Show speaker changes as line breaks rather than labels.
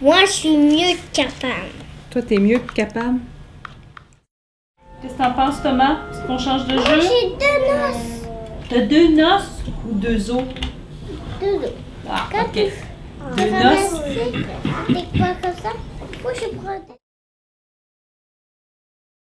Moi, je suis mieux capable.
Toi, t'es mieux que capable?
Qu'est-ce que t'en penses, Thomas? Est-ce qu'on change de jeu?
J'ai deux noces.
T'as deux noces ou deux os?
Deux os.
Ah,
Quatre. Ah,
ok. Deux noces.
C'est quoi comme ça? Pourquoi je prends des-